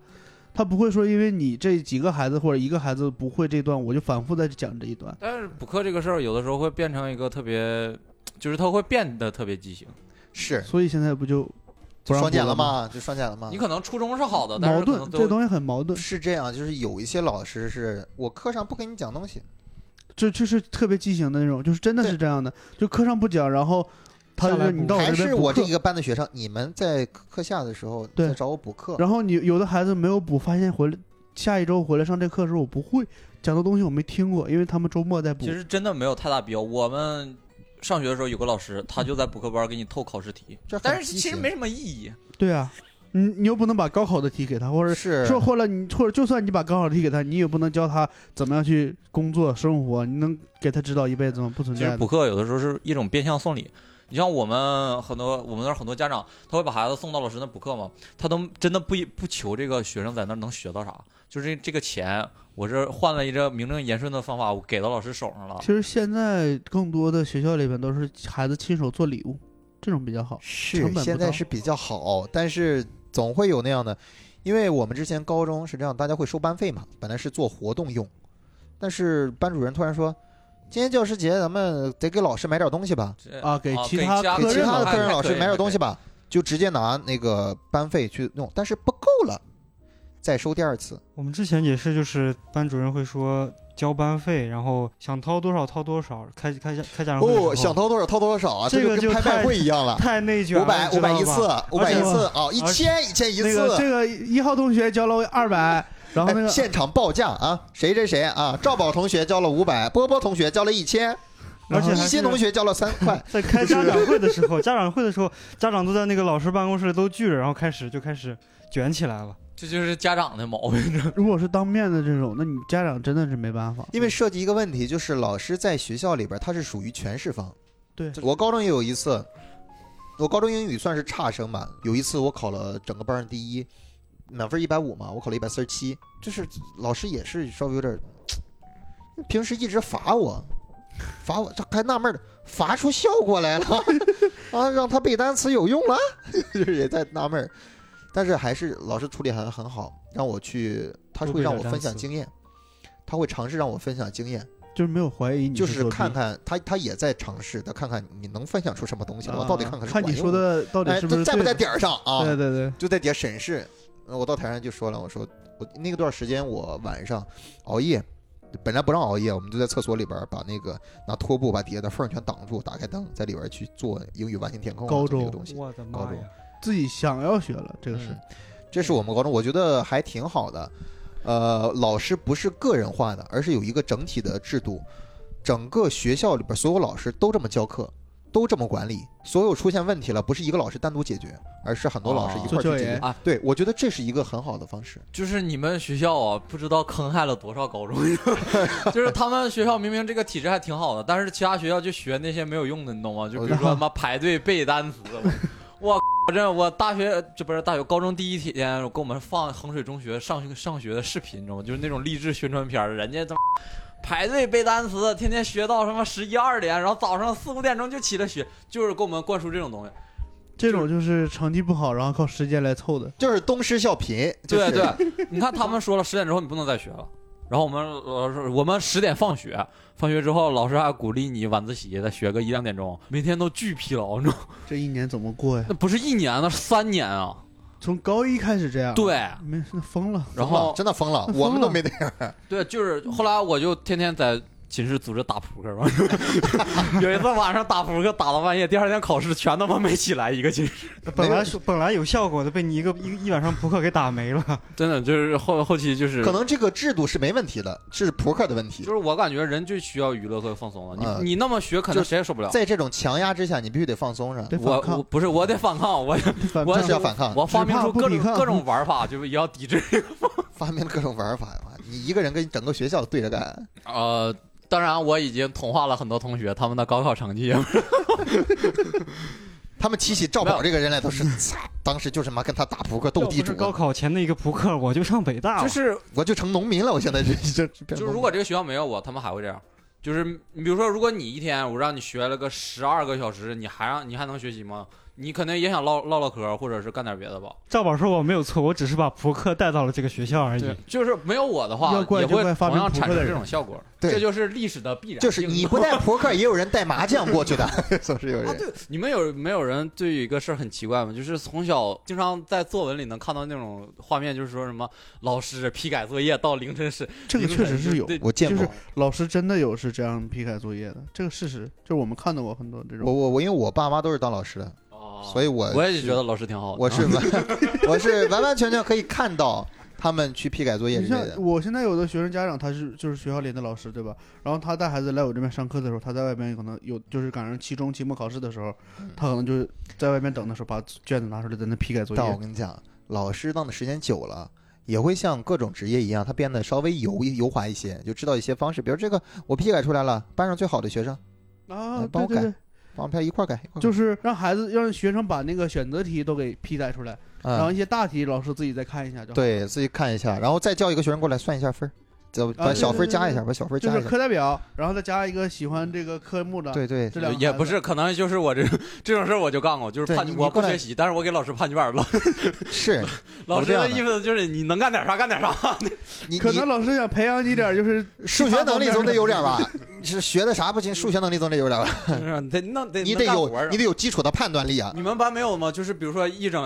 Speaker 1: 他不会说因为你这几个孩子或者一个孩子不会这段，我就反复再去讲这一段。
Speaker 2: 但是补课这个事儿，有的时候会变成一个特别，就是他会变得特别畸形。
Speaker 5: 是
Speaker 1: 所以现在不就不让
Speaker 5: 双
Speaker 1: 补
Speaker 5: 减了
Speaker 1: 了？
Speaker 5: 吗？就双减了吗
Speaker 2: 你？可能初衷是好的，但
Speaker 1: 啊矛
Speaker 2: 是可能
Speaker 1: 盾，
Speaker 2: 最
Speaker 1: 这
Speaker 2: 后
Speaker 1: 东西很矛盾，
Speaker 5: 是这样，就是有一些老师是我课上不跟你讲东西，
Speaker 1: 这就是特别畸形的那种，就是真的是这样的，就课上不讲，然后他就
Speaker 4: 下来
Speaker 1: 说
Speaker 4: 补
Speaker 1: 你到我
Speaker 5: 还
Speaker 1: 这边
Speaker 5: 是
Speaker 1: 补
Speaker 5: 我这
Speaker 1: 课
Speaker 5: 一，个班的学生，你们在课下的时候
Speaker 1: 对
Speaker 5: 再找我补课。
Speaker 1: 然后你有的孩子没有补，发现回来下一周回来上这课的时候我不会讲的东西我没听过，因为他们周末在补
Speaker 2: 其。实真的没有太大必要。我们上学的时候有个老师，他就在补课班给你透考试题，
Speaker 5: 这很
Speaker 2: 但是
Speaker 5: 畸
Speaker 2: 其实
Speaker 5: 形
Speaker 2: 没什么意义。
Speaker 1: 对啊，你你又不能把高考的题给他，或者
Speaker 5: 是
Speaker 1: 说或者你或者就算你把高考的题给他，你也不能教他怎么样去工作生活，你能给他指导一辈子吗？不存
Speaker 2: 其实
Speaker 1: 在的
Speaker 2: 补。课有的时候是一种变相送礼。你像我们很多，我们那儿很多家长，他会把孩子送到老师那补课嘛，他都真的不不求这个学生在那儿能学到啥，就是这个钱，我这换了一个名正言顺的方法，我给到老师手上了
Speaker 1: 其。实现在更多的学校里边都是孩子亲手做礼物，这种比较好。成
Speaker 5: 是
Speaker 1: 本不
Speaker 5: 现在
Speaker 1: 高
Speaker 5: 是比较好，但是总会有那样的，因为我们之前高中是这样，大家会收班费嘛，本来是做活动用，但是班主任突然说，今天教师节咱们得给老师买点东西吧，
Speaker 2: 这哦
Speaker 1: 啊给其
Speaker 2: 给
Speaker 1: 他
Speaker 2: 家
Speaker 1: 科
Speaker 5: 给其
Speaker 1: 任
Speaker 5: 他的
Speaker 1: 老
Speaker 5: 科任老
Speaker 2: 还
Speaker 5: 师
Speaker 2: 可以
Speaker 5: 买点
Speaker 2: 还
Speaker 5: 东
Speaker 2: 可以
Speaker 5: 西吧，就直接拿那个班费去弄，但是不够了，再收第二次，
Speaker 4: 我们之前也是，就是班主任会说交班费，然后想掏多少掏多少，开开家开家长会的时候
Speaker 5: 哦，想掏多少掏多少啊，
Speaker 4: 这
Speaker 5: 就
Speaker 4: 个
Speaker 5: 跟
Speaker 4: 就
Speaker 5: 拍卖
Speaker 4: 太
Speaker 5: 会一样了，
Speaker 4: 太内卷了，
Speaker 5: 五百
Speaker 4: 知道
Speaker 5: 五百
Speaker 4: 吧
Speaker 5: 一次，五百一
Speaker 4: 而且
Speaker 5: 次啊，一
Speaker 4: 而
Speaker 5: 千一千一
Speaker 1: 那个
Speaker 5: 次。
Speaker 1: 这个一号同学交了我二 百，然后哦那
Speaker 5: 哎
Speaker 1: 个
Speaker 5: 现场报价啊，谁谁谁啊，赵宝同学交了五百，波波同学交了一千，
Speaker 1: 而且
Speaker 4: 还
Speaker 5: 一
Speaker 4: 是，
Speaker 5: 新同学交了三 块
Speaker 4: 在开家长会的时候，家长会的时候，家长都在那个老师办公室都聚着，然后开始就开始卷起来了。
Speaker 2: 这就是家长的毛病。
Speaker 1: 如果是当面的这种，那你家长真的是没办法。
Speaker 5: 因为涉及一个问题，就是老师在学校里边他是属于全市方。
Speaker 1: 对
Speaker 5: 我高中也有一次，我高中英语算是差生吧，有一次我考了整个班上第一，满分一百五嘛，我考了一百四十七，就是老师也是稍微有点儿，平时一直罚我，罚我，这还纳闷儿呢，罚出效果来 了啊，让他背单词有用了，就是也在纳闷儿，但是还是老师处理还很好，让我去，他
Speaker 4: 多
Speaker 5: 会
Speaker 4: 背
Speaker 5: 让
Speaker 4: 点
Speaker 5: 我
Speaker 4: 单
Speaker 5: 分享
Speaker 4: 词
Speaker 5: 经验，他会尝试让我分享经验。
Speaker 1: 就是没有怀疑你
Speaker 5: 就
Speaker 1: 作
Speaker 5: 是
Speaker 1: 弊
Speaker 5: 看看他，他也在尝试，他看看你能分享出什么东西来，我
Speaker 1: 啊
Speaker 5: 到底看看是
Speaker 1: 看你
Speaker 5: 管
Speaker 1: 说
Speaker 5: 用的
Speaker 1: 的到底
Speaker 5: 哎，
Speaker 1: 是不
Speaker 5: 这
Speaker 1: 是
Speaker 5: 在不
Speaker 1: 对
Speaker 5: 在
Speaker 1: 的
Speaker 5: 点儿上啊？
Speaker 1: 对对对，
Speaker 5: 就在底下审视。呃我到台上就说了，我说我那个段时间我晚上熬夜，本来不让熬夜，我们就在厕所里边儿把那个拿拖布把底下的缝儿全挡住，打开灯，在里边儿去做英语完形填空啊
Speaker 1: 高
Speaker 5: 这么一个
Speaker 1: 中
Speaker 5: 东西。
Speaker 4: 我的
Speaker 5: 高
Speaker 4: 妈
Speaker 5: 中
Speaker 4: 呀！
Speaker 1: 自己想要学了，这个是
Speaker 5: 嗯，这是我们高中，我觉得还挺好的。呃，老师不是个人化的，而是有一个整体的制度，整个学校里边所有老师都这么教课，都这么管理。所有出现问题了，不是一个老师单独解决，而是很多老师一块
Speaker 1: 哦做
Speaker 5: 儿去
Speaker 1: 教
Speaker 5: 解决。
Speaker 1: 研
Speaker 2: 啊
Speaker 5: 对，我觉得这是一个很好的方式。
Speaker 2: 就是你们学校啊，不知道坑害了多少高中， 就是他们学校明明这个体制还挺好的，但是其他学校就学那些没有用的，你懂吗？就比如说他妈排队背单词， 我我这我大学这不是大学高中第一天，我给我们放衡水中学上学上学的视频，你知道吗？就是那种励志宣传片儿，人家他妈排队背单词，天天学到什么十一二点，然后早上四五点钟就起来学，就是给我们灌输这种东西。
Speaker 1: 这种就是成绩不好，然后靠时间来凑的。
Speaker 5: 就是东施效颦，就是
Speaker 2: 对对，你看他们说了十点之后你不能再学了，然后我们老师，我们十点放学，放学之后老师还鼓励你晚自习再学个一两点钟，每天都巨疲劳，你知道吗？
Speaker 1: 这一年怎么过呀？
Speaker 2: 那不是一年，那是三年啊！
Speaker 1: 从高一开始这样，，
Speaker 2: 对，
Speaker 1: 没那疯了，
Speaker 2: 然
Speaker 5: 疯了
Speaker 2: 后
Speaker 5: 哦真的疯了，
Speaker 1: 疯
Speaker 5: 我们都
Speaker 1: 了
Speaker 5: 没那样。
Speaker 2: 对，就是后来我就天天在寝室组织打扑克嘛， 有一次晚上打扑克打到半夜，第二天考试全他妈没起来一个寝室，
Speaker 4: 本来说本来有效果的，被你一个一一晚上扑克给打没了。
Speaker 2: 真的就是后后期就是
Speaker 5: 可能这个制度是没问题的，是扑克的问题
Speaker 2: 就。是我感觉人就需要娱乐和放松了，你、
Speaker 5: 嗯
Speaker 2: 你那么学可能谁也受不了。
Speaker 5: 在这种强压之下，你必须得放松着，
Speaker 1: 得
Speaker 2: 我
Speaker 1: 反
Speaker 2: 我
Speaker 1: 抗，
Speaker 2: 不是我得反抗，我
Speaker 1: 反
Speaker 2: 我
Speaker 5: 这
Speaker 1: 抗
Speaker 5: 是要反抗，
Speaker 2: 我发明出各
Speaker 1: 啊只怕不
Speaker 2: 种
Speaker 1: 抵抗
Speaker 2: 各种玩法，就是也要抵制。
Speaker 5: 发明了各种玩法。你一个人跟整个学校对着干，
Speaker 2: 呃，当然我已经同化了很多同学，他们的高考成绩。
Speaker 5: 他们提起赵
Speaker 2: 没
Speaker 5: 宝
Speaker 2: 有
Speaker 5: 这个人来都是， 当时就是妈跟他打扑克斗地
Speaker 4: 要不是
Speaker 5: 主，
Speaker 4: 高考前的一个扑克，我就上北大 了。
Speaker 2: 就是
Speaker 5: 我就成农民了。我现在这这就
Speaker 2: 就是，如果这个学校没有我，他们还会这样。就是你比如说，如果你一天我让你学了个十二个小时，你还让你还能学习吗？你肯定也想唠唠唠嗑，或者是干点别的吧。
Speaker 4: 赵宝说我没有错，我只是把扑克带到了这个学校而已。，
Speaker 2: 就是没有我的话，
Speaker 1: 要怪
Speaker 2: 也
Speaker 1: 就
Speaker 2: 会
Speaker 1: 怪发
Speaker 2: 同
Speaker 1: 明
Speaker 2: 样
Speaker 1: 扑克
Speaker 2: 产生
Speaker 1: 的人
Speaker 2: 这种效果。
Speaker 5: 对
Speaker 2: 这就是历史的必然性。
Speaker 5: 就是你不带扑克，也有人带麻将过去的，总是有
Speaker 2: 啊，
Speaker 5: 人。
Speaker 2: 对，你们有没有人对一个事儿很奇怪吗？就是从小经常在作文里能看到那种画面，就是说什么老师批改作业到凌晨时，
Speaker 1: 这个
Speaker 2: 凌
Speaker 1: 确
Speaker 2: 晨
Speaker 1: 实
Speaker 2: 就是
Speaker 1: 有，
Speaker 2: 对
Speaker 5: 我见
Speaker 1: 就是
Speaker 5: 过，
Speaker 1: 老师真的有是这样批改作业的，这个事实就是我们看到过很多这
Speaker 5: 我
Speaker 1: 种。
Speaker 5: 我我，因为我爸妈都是当老师的，
Speaker 2: 哦
Speaker 5: 所以我
Speaker 2: 我也觉得老师挺好的。
Speaker 5: 我是完 我是完完全全可以看到他们去批改作业
Speaker 1: 你
Speaker 5: 之类
Speaker 1: 像
Speaker 5: 的。
Speaker 1: 我现在有的学生家长，他是就是学校里的老师，对吧？然后他带孩子来我这边上课的时候，他在外边可能有就是赶上期中、期末考试的时候，
Speaker 5: 嗯
Speaker 1: 他可能就是在外面等的时候，把卷子拿出来在那批改作
Speaker 5: 但我
Speaker 1: 业。
Speaker 5: 跟你讲，老师当的时间久了，也会像各种职业一样，他变得稍微油油滑一些，就知道一些方式。比如这个我批改出来了，班上最好的学生，
Speaker 1: 啊，
Speaker 5: 来帮
Speaker 1: 对
Speaker 5: 我
Speaker 1: 对
Speaker 5: 改嗯
Speaker 1: 对，
Speaker 5: 帮我们一块儿改，一块儿改
Speaker 1: 就是让孩子让学生把那个选择题都给批改出来，然后
Speaker 5: 嗯，
Speaker 1: 一些大题老师自己再看一下就好。
Speaker 5: 对自己看一下，然后再叫一个学生过来算一下分儿，就
Speaker 1: 啊
Speaker 5: 把
Speaker 1: 对
Speaker 5: 小分
Speaker 1: 对对
Speaker 5: 加一
Speaker 1: 对
Speaker 5: 下，把小分
Speaker 1: 就
Speaker 5: 加
Speaker 1: 是
Speaker 5: 一下。
Speaker 1: 课代表，然后再加一个喜欢这个科目的，
Speaker 5: 对对，
Speaker 1: 这两个
Speaker 2: 也
Speaker 1: 孩
Speaker 2: 不
Speaker 1: 子
Speaker 2: 是，可能就是我这这种事儿我就干过，就是
Speaker 5: 对
Speaker 2: 判
Speaker 5: 你
Speaker 2: 我
Speaker 5: 你
Speaker 2: 不
Speaker 5: 过来
Speaker 2: 学习，但是我给老师判卷儿 了。
Speaker 5: 是
Speaker 2: 老
Speaker 5: 我
Speaker 2: 师
Speaker 5: 这样
Speaker 2: 的
Speaker 5: 的
Speaker 2: 意思就是你能干点啥干点 啥。
Speaker 5: 你
Speaker 1: 可
Speaker 5: 你
Speaker 1: 能老师想培养你点儿就是
Speaker 5: 数学能力总得有点吧？ 你是学的啥不行？数学能力总得有点 吧？
Speaker 2: 是得那得
Speaker 5: 你
Speaker 2: 能
Speaker 5: 得
Speaker 2: 干活
Speaker 5: 有
Speaker 2: 儿
Speaker 5: 你得有基础的判断力啊！
Speaker 2: 你们班没有吗？就是比如说一整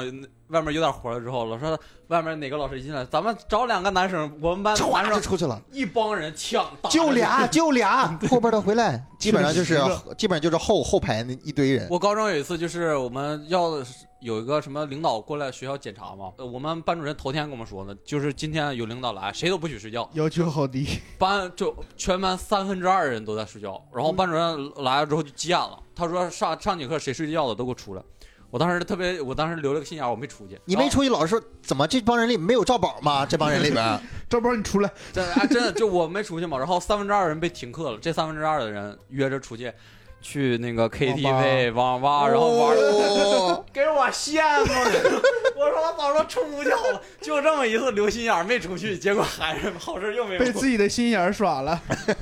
Speaker 2: 外面有点活儿了之后，老师说外面哪个老师一进来，咱们找两个男生，我们班男
Speaker 5: 唰
Speaker 2: 生
Speaker 5: 就出去了。
Speaker 2: 一帮人抢，打
Speaker 5: 就
Speaker 2: 着
Speaker 5: 俩，就俩，后边的回来，基本上就是
Speaker 1: 确实
Speaker 5: 基本上就是后后排那一堆人。
Speaker 2: 我高中有一次，就是我们要有一个什么领导过来学校检查嘛，呃我们班主任头天跟我们说呢，就是今天有领导来，谁都不许睡觉，
Speaker 1: 要求好低，
Speaker 2: 班就全班三分之二人都在睡觉，
Speaker 5: 嗯
Speaker 2: 然后班主任来了之后就急眼了，他说上上节课谁睡觉了都给我出来，我当时特别，我当时留了个心眼儿，我没出去，
Speaker 5: 你
Speaker 2: 然
Speaker 5: 没
Speaker 2: 后
Speaker 5: 出去，老师说怎么这帮人里没有赵宝吗？这帮人里
Speaker 2: 啊
Speaker 5: 边，
Speaker 1: 赵包你出来，
Speaker 2: 真的、啊，真的就我没出去嘛，然 后三分之二人被停课了，这三分之二的人约着出去。去那个 KTV 网吧，然后玩儿
Speaker 5: 哦
Speaker 2: 给我羡慕 的。我说我早说出去好了，就这么一次留心眼儿没出去，结果还是好事又没有
Speaker 1: 被。自己的心眼儿耍了。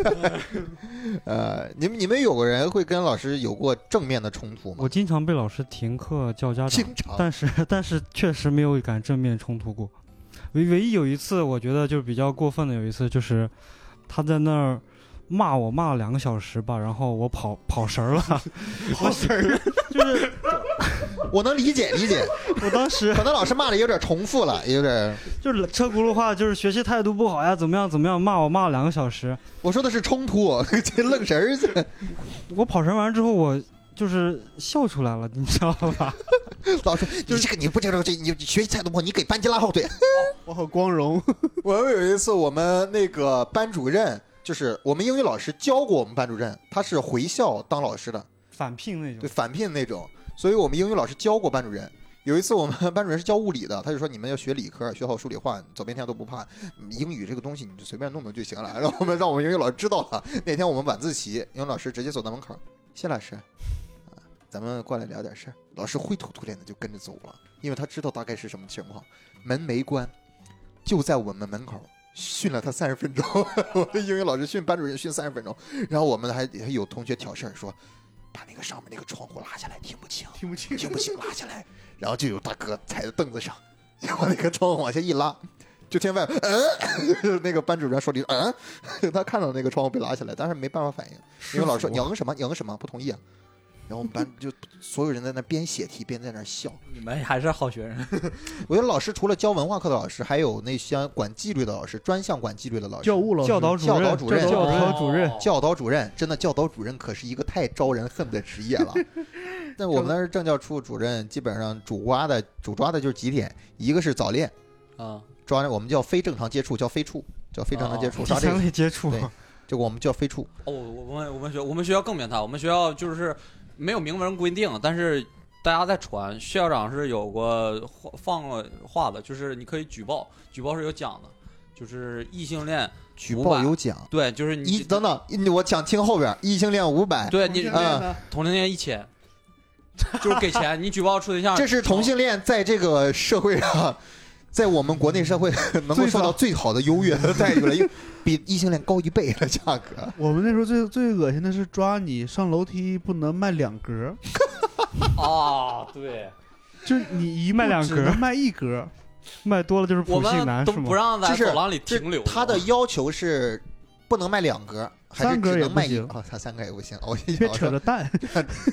Speaker 5: 呃，你们你们有个人会跟老师有过正面的冲突吗
Speaker 4: 我？经常被老师停课叫家长，
Speaker 5: 经常
Speaker 4: 但是但是确实没有敢正面冲突过。唯唯一有一次，我觉得就是比较过分的，有一次就是他在那儿骂我骂了两个小时吧，然后我跑跑神儿了，
Speaker 5: 好事儿，
Speaker 4: 就是
Speaker 5: 我能理解理解，
Speaker 4: 我当时
Speaker 5: 可能老师骂的有点重复了，有点。
Speaker 4: 就是车轱辘话，就是学习态度不好呀，怎么样怎么样，骂我骂了两个小时，
Speaker 5: 我说的是冲突， 这愣神儿去，
Speaker 4: 我跑神完之后，我就是笑出来了，你知道吧？
Speaker 5: 老师，你这个你不这个这你学习态度不好，你给班级拉后腿。
Speaker 1: 我好光荣，
Speaker 5: 我们有一次，我们那个班主任，就是我们英语老师教过我们班主任，他是回校当老师的，
Speaker 4: 反聘那种。
Speaker 5: 对返聘那种，所以我们英语老师教过班主任。有一次我们 班主任是教物理的，他就说你们要学理科，学好数理化，走遍天下都不怕。英语这个东西你就随便弄弄就行了。 然后我们让我们英语老师知道了。那天我们晚自习，英语老师直接走到门口，谢老师，啊，咱们过来聊点事儿。老师灰头土脸的就跟着走了，因为他知道大概是什么情况。门没关，就在我们门口训了他三十分钟。 我们英语老师训班主任训三十分钟，然后我们还还有同学挑事儿说，把那个上面那个窗户拉下来，听不清。
Speaker 1: 听不清，
Speaker 5: 听不清，拉下来。然后就有大哥踩在凳子上，然后那个窗户往下一拉，就听外面嗯，就是 那个班主任说了一句嗯， 他看到那个窗户被拉下来，但是没办法反应，因为老师说赢什么赢什么不同意啊。然后我们班就所有人在那边写题边在那笑。
Speaker 6: 你们还是好学 生，
Speaker 5: 我觉得老师除了教文化课的老师，还有那些管纪律的老师，专项管纪律的老师，
Speaker 1: 教务老师
Speaker 4: 教导主
Speaker 5: 教
Speaker 4: 任，
Speaker 5: 导主任
Speaker 4: 教导
Speaker 1: 主任
Speaker 2: 哦
Speaker 5: 教导主任，真的教导主任可是一个太招人恨的职 业了。但我们那儿政教处主任基本上主抓的主抓的就是几点，一个是早恋，
Speaker 2: 啊，
Speaker 5: 抓我们叫非正常接触，叫非处，叫哦非正常接触，
Speaker 4: 第
Speaker 5: 抓这
Speaker 4: 三
Speaker 5: 个，
Speaker 4: 类接触
Speaker 5: 对，这个我们叫非处。
Speaker 2: 哦，我我们我们学我们学校更变态，我们学校就是没有明文规定，但是大家在传，校长是有过话放过话的，就是你可以举报，举报是有奖的，就是异性恋
Speaker 5: 举
Speaker 2: 500
Speaker 5: 报有奖，
Speaker 2: 对，就是你
Speaker 5: 一等等，你我想听后边儿，异性恋五百，
Speaker 2: 对你
Speaker 5: 啊
Speaker 2: 同性恋一千，就是给钱，你举报处对 象，
Speaker 5: 这是同性恋在这个社会上，在我们国内社会 能够受到最好的优越的待遇了，因为比异性恋高一倍的价格。
Speaker 1: 我们那时候最最恶心的是抓你上楼梯不能迈两格，
Speaker 2: 啊，对，
Speaker 1: 就是你一步
Speaker 4: 迈两
Speaker 1: 只
Speaker 4: 格
Speaker 1: 能迈一格，
Speaker 4: 卖多了就是
Speaker 2: 我
Speaker 4: 普信
Speaker 2: 们
Speaker 4: 男
Speaker 2: 都
Speaker 4: 是吗
Speaker 2: 不？让在
Speaker 5: 就是
Speaker 2: 走廊里
Speaker 5: 这
Speaker 2: 停留，
Speaker 5: 他的要求是不能卖两格，还是
Speaker 1: 三格
Speaker 5: 只
Speaker 1: 也
Speaker 5: 能
Speaker 1: 不
Speaker 5: 卖一
Speaker 1: 行
Speaker 5: 格？哦，他三格也不行。我
Speaker 1: 别扯着蛋。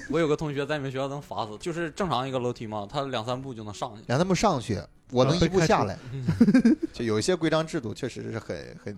Speaker 2: 我有个同学在你们学校能罚死，就是正常一个楼梯嘛，他两三步就能上去。
Speaker 5: 让他们上去，我能
Speaker 1: 啊
Speaker 5: 一
Speaker 1: 被
Speaker 5: 步
Speaker 1: 开
Speaker 5: 下
Speaker 1: 除
Speaker 5: 来。就有一些规章制度确实是很很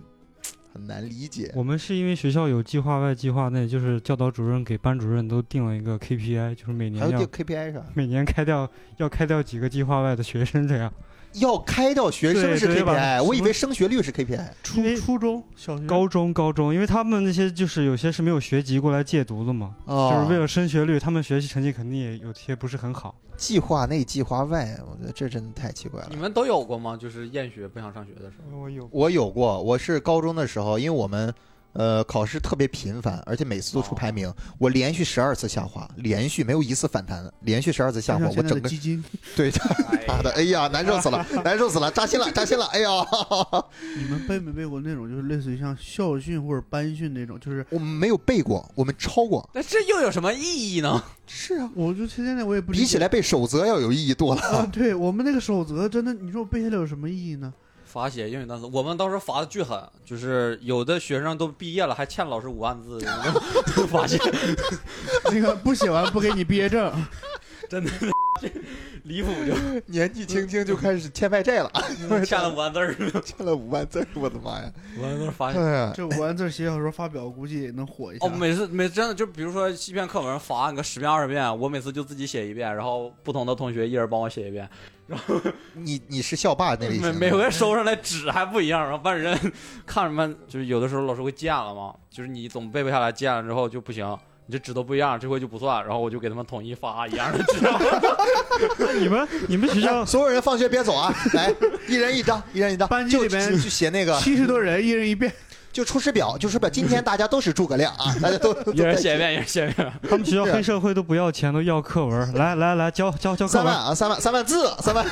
Speaker 5: 很难理解。
Speaker 4: 我们是因为学校有计划外、计划内，就是教导主任给班主任都定了一个 KPI，就是每
Speaker 5: 还
Speaker 4: 年
Speaker 5: 有
Speaker 4: 要
Speaker 5: 定 KPI 啥，
Speaker 4: 每年开掉要开掉几个计划外的学生这样。
Speaker 5: 要开掉学生
Speaker 4: 对
Speaker 5: 是
Speaker 4: 对吧
Speaker 5: KPI，我以
Speaker 4: 什
Speaker 5: 为升学率是 KPI。
Speaker 1: 初
Speaker 4: 因为
Speaker 1: 初中小
Speaker 5: 嗯
Speaker 1: 学
Speaker 4: 高中高中，因为他们那些就是有些是没有学籍过来借读的嘛，
Speaker 5: 哦
Speaker 4: 就是为了升学率，他们学习成绩肯定也有些不是很好。
Speaker 5: 计划内、计划外，我觉得这真的太奇怪了
Speaker 2: 你。们都有过吗？就是厌学不想上学的时候。
Speaker 4: 我有
Speaker 5: 我哦有过，我是高中的时候，因为我们呃考试特别频繁，而且每次都出排名，我连续十二次下滑，连续没有一次反弹的，连续十二次下
Speaker 1: 就
Speaker 5: 滑，
Speaker 1: 像
Speaker 5: 我
Speaker 1: 现在
Speaker 5: 整
Speaker 1: 的
Speaker 5: 个
Speaker 1: 基金，
Speaker 5: 对 他妈的，哎呀，难受死 了，难受死了，扎心了，扎心了，哎呀，
Speaker 1: 你们背没背过那种就是类似于像校训或者班训那种？就是
Speaker 5: 我们没有背过，我们抄过，
Speaker 2: 那这又有什么意义呢？
Speaker 5: 是啊，
Speaker 1: 我就现在我也不理
Speaker 5: 比起
Speaker 1: 解
Speaker 5: 来背守则要有意义多了。
Speaker 1: 啊，对我们那个守则真的，你说我背下来有什么意义 呢？
Speaker 2: 罚写英语单词，我们当时罚的巨狠，就是有的学生都毕业了还欠老师五万字， 罚写，
Speaker 1: 那个不写完不给你毕业证，
Speaker 2: 真的离谱
Speaker 5: 年纪轻轻就开始欠外债了，
Speaker 2: 就欠了五万字儿，
Speaker 5: 欠了五万字儿，我的妈呀！
Speaker 2: 五万字儿罚写。
Speaker 5: 哎呀，
Speaker 1: 这五万字写小说发表估计也能火一下。
Speaker 2: 哦，每次每真的就比如说一篇课文罚你个十遍二十遍，我每次就自己写一遍，然后不同的同学一人帮我写一遍，
Speaker 5: 你你是校霸那类型
Speaker 2: 每
Speaker 5: 的，
Speaker 2: 每回收上来纸还不一样，然后班主任看什么，就是有的时候老师会见了嘛，就是你总背不下来，见了之后就不行，你这纸都不一样，这回就不算，然后我就给他们统一发一样的 纸。
Speaker 4: 你们你们学 校
Speaker 5: 所有人放学别走啊！来，一人一张，一人一张。
Speaker 1: 班级
Speaker 5: 就
Speaker 1: 里边
Speaker 5: 就就写那个，
Speaker 1: 七十多人，一人一遍，
Speaker 5: 就出师表，就出师表。今天大家都是诸葛亮 啊，大家都
Speaker 2: 一人写一遍，一人写一遍。
Speaker 4: 他们学校黑社会都不要钱，都要课文。
Speaker 5: 啊
Speaker 4: 来来来，教教教课
Speaker 5: 三万
Speaker 4: 文。
Speaker 5: 啊，三万，三万字，三万。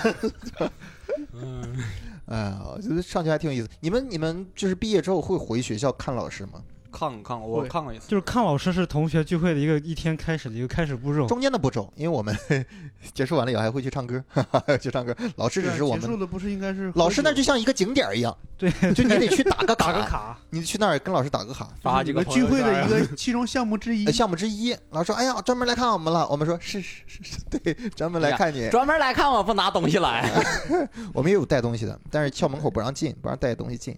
Speaker 2: 嗯
Speaker 5: 哎呀，我觉得上去还挺有意思。你们你们就是毕业之后会回学校看老师吗？
Speaker 2: 看过看过，我
Speaker 1: 会
Speaker 2: 看过一次。
Speaker 4: 就是看老师是同学聚会的一个一天开始的一个开始步骤，
Speaker 5: 中间的步骤，因为我们 结束完了以后还会去唱歌， 去唱歌。老师只
Speaker 4: 啊
Speaker 5: 是我
Speaker 1: 结束
Speaker 5: 们，
Speaker 1: 的不是应该是
Speaker 5: 老师那
Speaker 1: 就
Speaker 5: 就像一个景点儿一样，
Speaker 4: 对，
Speaker 5: 就你得去打 个卡，
Speaker 4: 卡。
Speaker 5: 你去那儿跟老师打个卡。
Speaker 2: 发
Speaker 1: 你
Speaker 2: 几个
Speaker 1: 们
Speaker 2: 朋
Speaker 1: 聚
Speaker 2: 友
Speaker 1: 会
Speaker 2: 圈
Speaker 1: 的
Speaker 2: 儿
Speaker 1: 一个其中项目之
Speaker 4: 嗯
Speaker 1: 一
Speaker 5: 呃。项目之一，老师说：“哎呀，专门来看我们了。”我们说：“是是是是，对，专
Speaker 4: 哎
Speaker 5: 门来看你。”
Speaker 2: 专门来看我不拿东西来，
Speaker 5: 我们也有带东西的，但是校门口不让进，不让带东西进。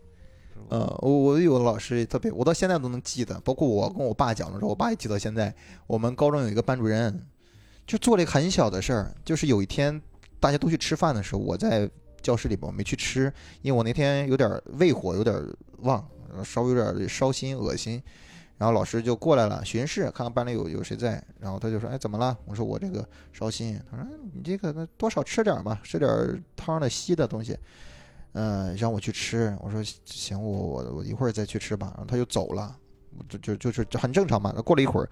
Speaker 5: 呃，我我有个老师特别，我到现在都能记得，包括我跟我爸讲的时候，我爸也记到现在。我们高中有一个班主任，就做了一个很小的事儿，就是有一天大家都去吃饭的时候，我在教室里边我没去吃，因为我那天有点胃火，有点忘，呃稍微有点烧心恶心。然后老师就过来了，巡视，看看班里有有谁在。然后他就说：“哎，怎么了？”我说：“我这个烧心。”他说：“哎你这个那多少吃点儿吧，吃点儿汤的稀的东西。”呃，让我去吃，我说行，我我我一会儿再去吃吧。然后他就走了，我就就就是就很正常嘛。过了一会儿，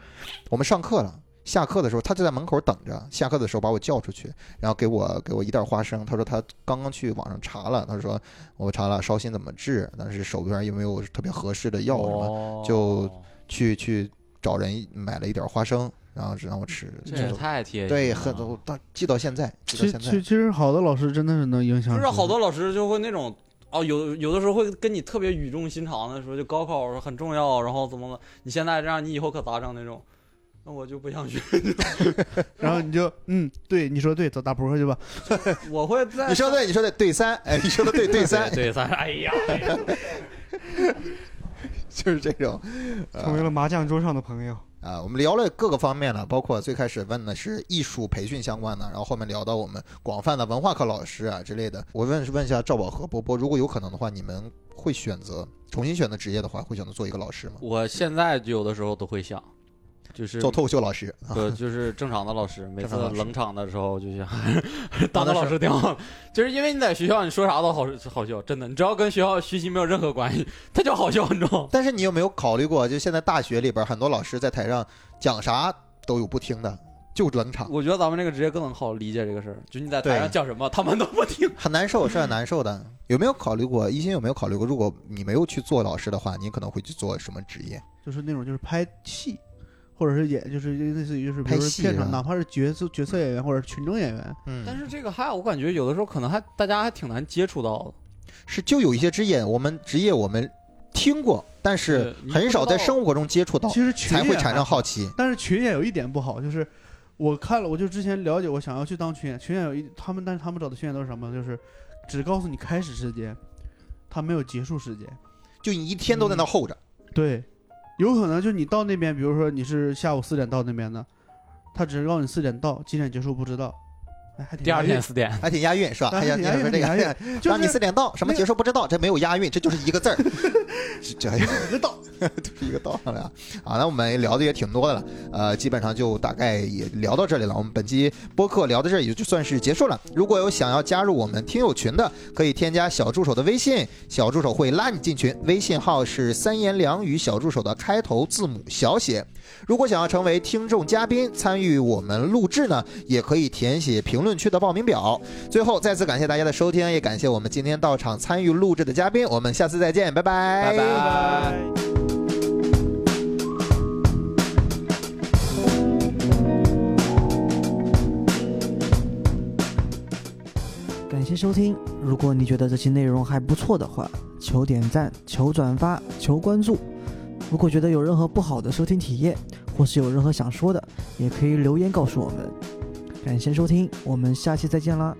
Speaker 5: 我们上课了，下课的时候他就在门口等着，下课的时候把我叫出去，然后给我给我一袋花生。他说他刚刚去网上查了，他说我查了烧心怎么治，但是手边有没有特别合适的药什么，
Speaker 2: 哦
Speaker 5: 就去去找人买了一点花生，然后让我吃。
Speaker 2: 这也
Speaker 5: 种
Speaker 2: 太贴心。
Speaker 5: 对，很我到记到现在，
Speaker 1: 其
Speaker 5: 记到
Speaker 1: 实
Speaker 5: 现
Speaker 1: 其实
Speaker 5: 在。
Speaker 1: 其实好的老师真的是能影响
Speaker 2: 就
Speaker 1: 学
Speaker 2: 是
Speaker 1: 生，
Speaker 2: 好多老师就会那种哦，有有的时候会跟你特别语重心长的说，就高考很重要，然后怎么了？你现在这样，你以后可咋整那种？那我就不想学，
Speaker 1: 然后你就嗯，对，你说对，走打扑克去吧。
Speaker 2: 我会在
Speaker 5: 你说对，你说对，对三，哎，你说的对，对三，
Speaker 2: 对三，哎呀，
Speaker 5: 就是这种。呃
Speaker 4: 成为了麻将桌上的朋友。
Speaker 5: 啊，我们聊了各个方面了，包括最开始问的是艺术培训相关的，然后后面聊到我们广泛的文化课老师啊之类的。我问问一下赵宝和波波，如果有可能的话，你们会选择重新选择职业的话，会选择做一个老师吗？
Speaker 2: 我现在有的时候都会想，就是
Speaker 5: 做脱口秀老师啊？
Speaker 2: 对，就是正常的老师，每
Speaker 5: 正
Speaker 2: 次
Speaker 5: 常老师
Speaker 2: 冷场的时候就想当个老师挺好，就是因为你在学校你说啥都好好笑，真的，你只要跟学校学习没有任何关系，它就好笑，你知道吗？
Speaker 5: 但是你有没有考虑过，就现在大学里边很多老师在台上讲啥都有不听的，就冷场，
Speaker 2: 我觉得咱们这个职业更好理解这个事儿，就你在台
Speaker 5: 对
Speaker 2: 上讲什么，他们都不听。
Speaker 5: 很难受，是很难受的。有没有考虑过？一心有没有考虑过，如果你没有去做老师的话，你可能会去做什么职业？
Speaker 1: 就是那种就是拍戏，或者是演，就是类似于就是比
Speaker 5: 拍
Speaker 1: 如
Speaker 5: 戏
Speaker 1: 说片场，
Speaker 5: 啊
Speaker 1: 哪怕是角色角色演员或者群众演员，
Speaker 5: 嗯
Speaker 2: 但是这个还我感觉有的时候可能还大家还挺难接触到的。
Speaker 5: 是就有一些职业，我们职业我们听过，但是
Speaker 2: 对你
Speaker 5: 很少
Speaker 2: 不知道
Speaker 5: 在生活中接触到，
Speaker 1: 其实啊群
Speaker 5: 才
Speaker 1: 演
Speaker 5: 会产
Speaker 1: 还
Speaker 5: 生好奇。
Speaker 1: 但是群演有一点不好，就是我看了，我就之前了解，我想要去当群演，群演有一他们，但是他们找的群演都是什么？就是只告诉你开始时间，他没有结束时间。
Speaker 5: 就你一天都在那候着，
Speaker 1: 对，有可能就你到那边，比如说你是下午四点到那边的，他只是告诉你四点到，几点结束不知道。哎，还挺
Speaker 2: 第二
Speaker 1: 押韵
Speaker 2: 天四点，
Speaker 5: 还挺押韵是吧？
Speaker 1: 还
Speaker 5: 还
Speaker 1: 挺
Speaker 5: 想你
Speaker 1: 押韵
Speaker 5: 说这个，
Speaker 1: 还
Speaker 5: 还
Speaker 1: 挺押韵
Speaker 5: 想
Speaker 1: 就
Speaker 5: 让你四
Speaker 1: 是
Speaker 5: 点到，什么
Speaker 1: 那
Speaker 5: 结束不知道，这没有押韵，这就是一个字儿，这这还有一个 道，就是一个道了呀。啊，那我们聊的也挺多的了，呃，基本上就大概也聊到这里了。我们本期播客聊到这里就算是结束了。如果有想要加入我们听友群的，可以添加小助手的微信，小助手会拉你进群，微信号是三言两语小助手的开头字母小写。如果想要成为听众嘉宾，参与我们录制呢，也可以填写评论区的报名表。最后，再次感谢大家的收听，也感谢我们今天到场参与录制的嘉宾。我们下次再见，拜拜，
Speaker 2: 拜拜。
Speaker 7: 感谢收听。如果你觉得这期内容还不错的话，求点赞、求转发、求关注。如果觉得有任何不好的收听体验，或是有任何想说的，也可以留言告诉我们。感谢收听，我们下期再见啦！